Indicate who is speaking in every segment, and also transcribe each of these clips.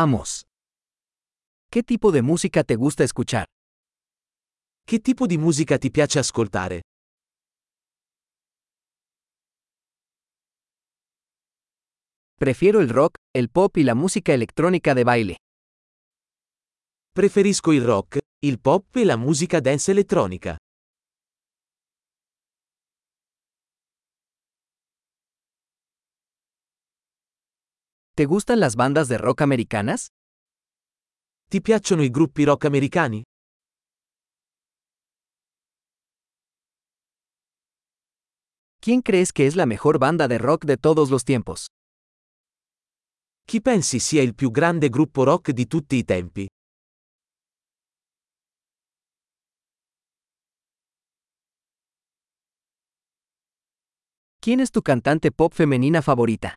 Speaker 1: Vamos. Che tipo di musica te gusta escuchar?
Speaker 2: Che tipo di musica ti piace ascoltare?
Speaker 1: Prefiero il rock, il pop e la musica elettronica de baile.
Speaker 2: Preferisco il rock, il pop e la musica dance elettronica.
Speaker 1: ¿Te gustan las bandas de rock americanas?
Speaker 2: Ti piacciono i gruppi rock americani?
Speaker 1: ¿Quién crees que es la mejor banda de rock de todos los tiempos?
Speaker 2: Chi pensi sia il più grande gruppo rock di tutti i tempi?
Speaker 1: ¿Quién es tu cantante pop femenina favorita?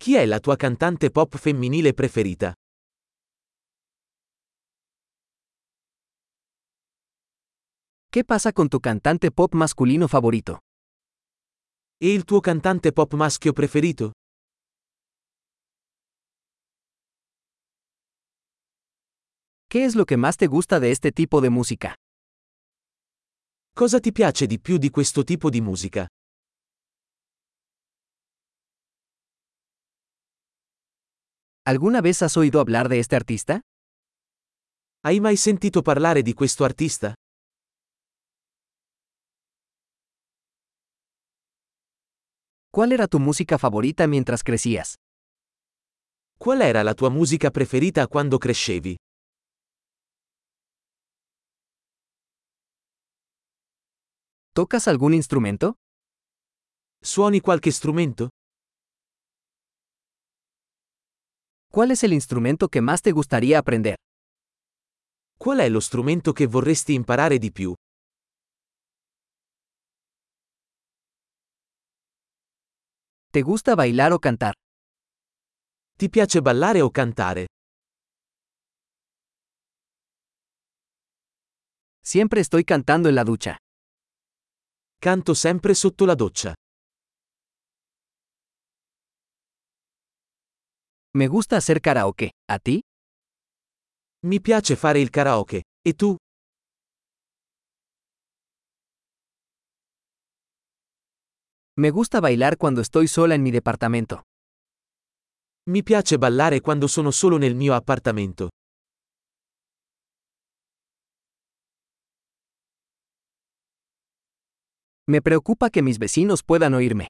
Speaker 2: Chi è la tua cantante pop femminile preferita?
Speaker 1: ¿Qué pasa con tu cantante pop masculino favorito?
Speaker 2: E il tuo cantante pop maschio preferito?
Speaker 1: ¿Qué es lo que más te gusta de este tipo de música?
Speaker 2: Cosa ti piace di più di questo tipo di musica?
Speaker 1: ¿Alguna vez has oído hablar de este artista?
Speaker 2: Hai mai sentito parlare di questo artista?
Speaker 1: ¿Cuál era tu música favorita mientras crecías?
Speaker 2: Qual era la tua musica preferita quando crescevi?
Speaker 1: ¿Tocas algún instrumento?
Speaker 2: Suoni qualche strumento?
Speaker 1: ¿Cuál es el instrumento que más te gustaría aprender?
Speaker 2: Qual è lo strumento che vorresti imparare di più?
Speaker 1: ¿Te gusta bailar o cantar?
Speaker 2: Ti piace ballare o cantare?
Speaker 1: Siempre estoy cantando en la ducha.
Speaker 2: Canto sempre sotto la doccia.
Speaker 1: Me gusta hacer karaoke. ¿A ti?
Speaker 2: Mi piace fare il karaoke. E tu?
Speaker 1: Me gusta bailar cuando estoy sola en mi departamento.
Speaker 2: Mi piace ballare quando sono solo nel mio appartamento.
Speaker 1: Me preocupa que mis vecinos puedan oírme.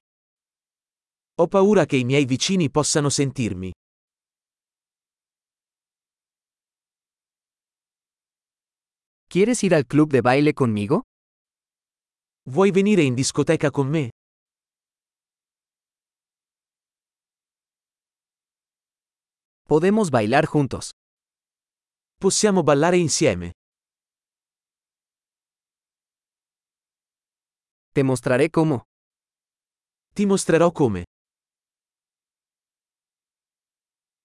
Speaker 2: Ho paura che i miei vicini possano sentirmi.
Speaker 1: ¿Quieres ir al club de baile conmigo?
Speaker 2: Vuoi venire in discoteca con me?
Speaker 1: Podemos bailar juntos.
Speaker 2: Possiamo ballare insieme.
Speaker 1: Te mostraré cómo.
Speaker 2: Ti mostrerò come.